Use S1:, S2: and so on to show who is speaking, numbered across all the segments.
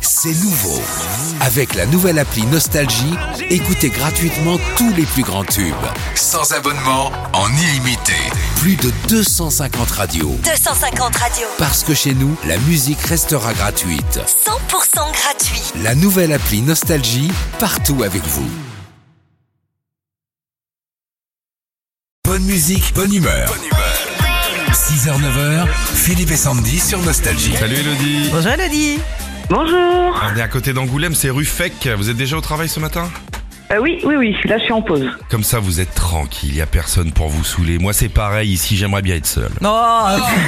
S1: C'est nouveau. Avec la nouvelle appli Nostalgie, écoutez gratuitement tous les plus grands tubes. Sans abonnement, en illimité. Plus de 250 radios.
S2: 250 radios,
S1: Parce que chez nous, la musique restera gratuite.
S2: 100% gratuit.
S1: La nouvelle appli Nostalgie, partout avec vous. Bonne musique, bonne humeur. 6h, 9h, Philippe et Sandy sur Nostalgie.
S3: Salut Elodie
S4: Bonjour Elodie
S5: Bonjour.
S3: On est à côté d'Angoulême, c'est rue Fec. Vous êtes déjà au travail ce matin
S5: Euh, oui, oui, oui, là je suis en pause.
S3: Comme ça vous êtes tranquille, y a personne pour vous saouler. Moi c'est pareil, ici j'aimerais bien être seul.
S4: Oh,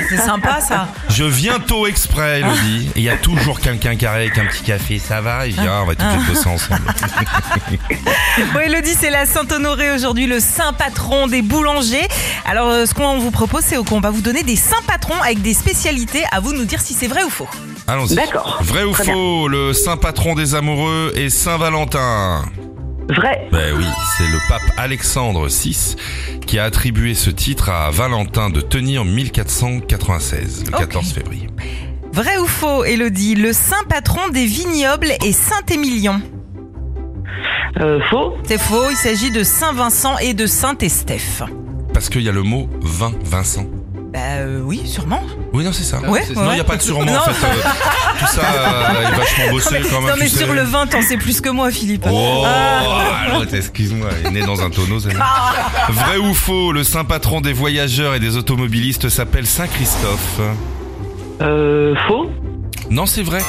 S4: c'est sympa ça
S3: Je viens tôt exprès
S5: Ah.
S3: Elodie, et y a toujours quelqu'un qui arrive avec un petit café, ça va Et je dis, ah, on va toutes les deux ça ensemble.
S4: Bon Elodie, c'est la Sainte-Honorée aujourd'hui, le saint patron des boulangers. Alors euh, ce qu'on vous propose, c'est qu'on va vous donner des saints patrons avec des spécialités, à vous de nous dire si c'est vrai ou faux.
S3: Allons-y.
S5: D'accord.
S3: Vrai ou
S5: Très bien.
S3: faux, le saint patron des amoureux et Saint Valentin
S5: Vrai.
S3: Ben oui, c'est le pape Alexandre VI qui a attribué ce titre à Valentin de Tony en 1496, le
S4: Ok.
S3: 14 février.
S4: Vrai ou faux Elodie, le saint patron des vignobles et Saint-Émilion.
S5: Euh, faux.
S4: C'est faux, il s'agit de Saint-Vincent et de Saint-Estèphe.
S3: Parce qu'il y a le mot vin, Vincent.
S4: Bah euh, oui, sûrement.
S3: Oui, non, c'est ça.
S4: Ouais,
S3: C'est-
S4: ouais,
S3: non, il n'y a
S4: ouais.
S3: pas de sûrement
S4: Non.
S3: en fait. euh, tout ça euh, est vachement bossé
S4: Non mais,
S3: quand même.
S4: non, mais
S3: tu sais.
S4: sur le vin, t'en sais plus que moi Philippe.
S3: Oh,
S4: Ah.
S3: l'autre, excuse-moi, il est né dans un tonneau, c'est Vrai ou faux, le saint patron des voyageurs et des automobilistes s'appelle Saint Christophe.
S5: Euh, faux.
S3: Non, c'est vrai.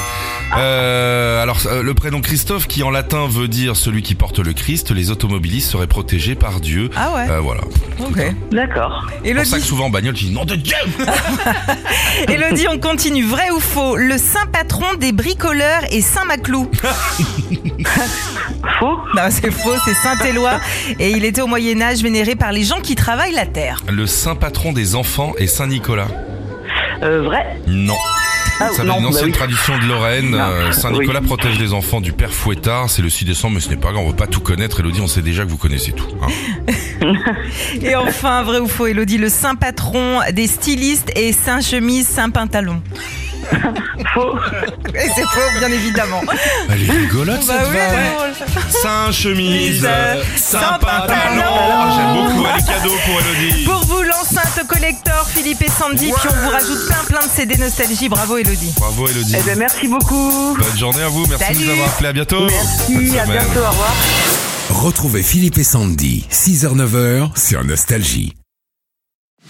S3: Euh, alors, euh, le prénom Christophe, qui en latin veut dire celui qui porte le Christ, les automobilistes seraient protégés par Dieu.
S4: Ah ouais,
S3: Euh, voilà.
S4: ok.
S5: D'accord.
S3: C'est pour ça que
S4: Elodie,
S3: souvent en bagnole, je dis nom de Dieu
S4: Elodie, on continue. Vrai ou faux Le saint patron des bricoleurs et Saint-Maclou.
S5: Faux.
S4: Non, c'est faux, c'est Saint-Éloi. Et il était au Moyen-Âge vénéré par les gens qui travaillent la terre.
S3: Le saint patron des enfants est Saint Nicolas.
S5: Euh, vrai.
S3: Non.
S5: Ah,
S3: Ça va
S5: non,
S3: une
S5: bah
S3: ancienne
S5: oui.
S3: tradition de Lorraine.
S5: Non.
S3: Euh, Saint-Nicolas protège les enfants du père Fouettard. C'est le 6 décembre, mais ce n'est pas grave. On va pas tout connaître. Elodie, on sait déjà que vous connaissez tout. hein.
S4: Et enfin, vrai ou faux, Elodie, le saint patron des stylistes et Saint-Chemise, Saint-Pantalon.
S5: Faux.
S4: Et c'est faux, bien évidemment.
S3: Elle est rigolote,
S4: Bah
S3: cette
S4: oui,
S3: vanne.
S4: c'est drôle.
S3: Saint-chemise,
S4: Euh,
S3: Saint-pantalon.
S4: Saint-pantalon.
S3: J'aime beaucoup les cadeaux pour Elodie.
S4: Pour vous, l'enceinte collector, Philippe et Sandy. Puis on vous rajoute plein, plein de CD nostalgie. Bravo, Elodie.
S3: Bravo, Elodie.
S5: Eh ben merci beaucoup.
S3: Bonne journée à vous. Merci de nous
S4: Salut.
S3: avoir appelés. À bientôt. Bonne
S5: Merci. À
S3: semaine.
S5: bientôt. Au revoir.
S1: Retrouvez Philippe et Sandy, 6h, 9h sur Nostalgie.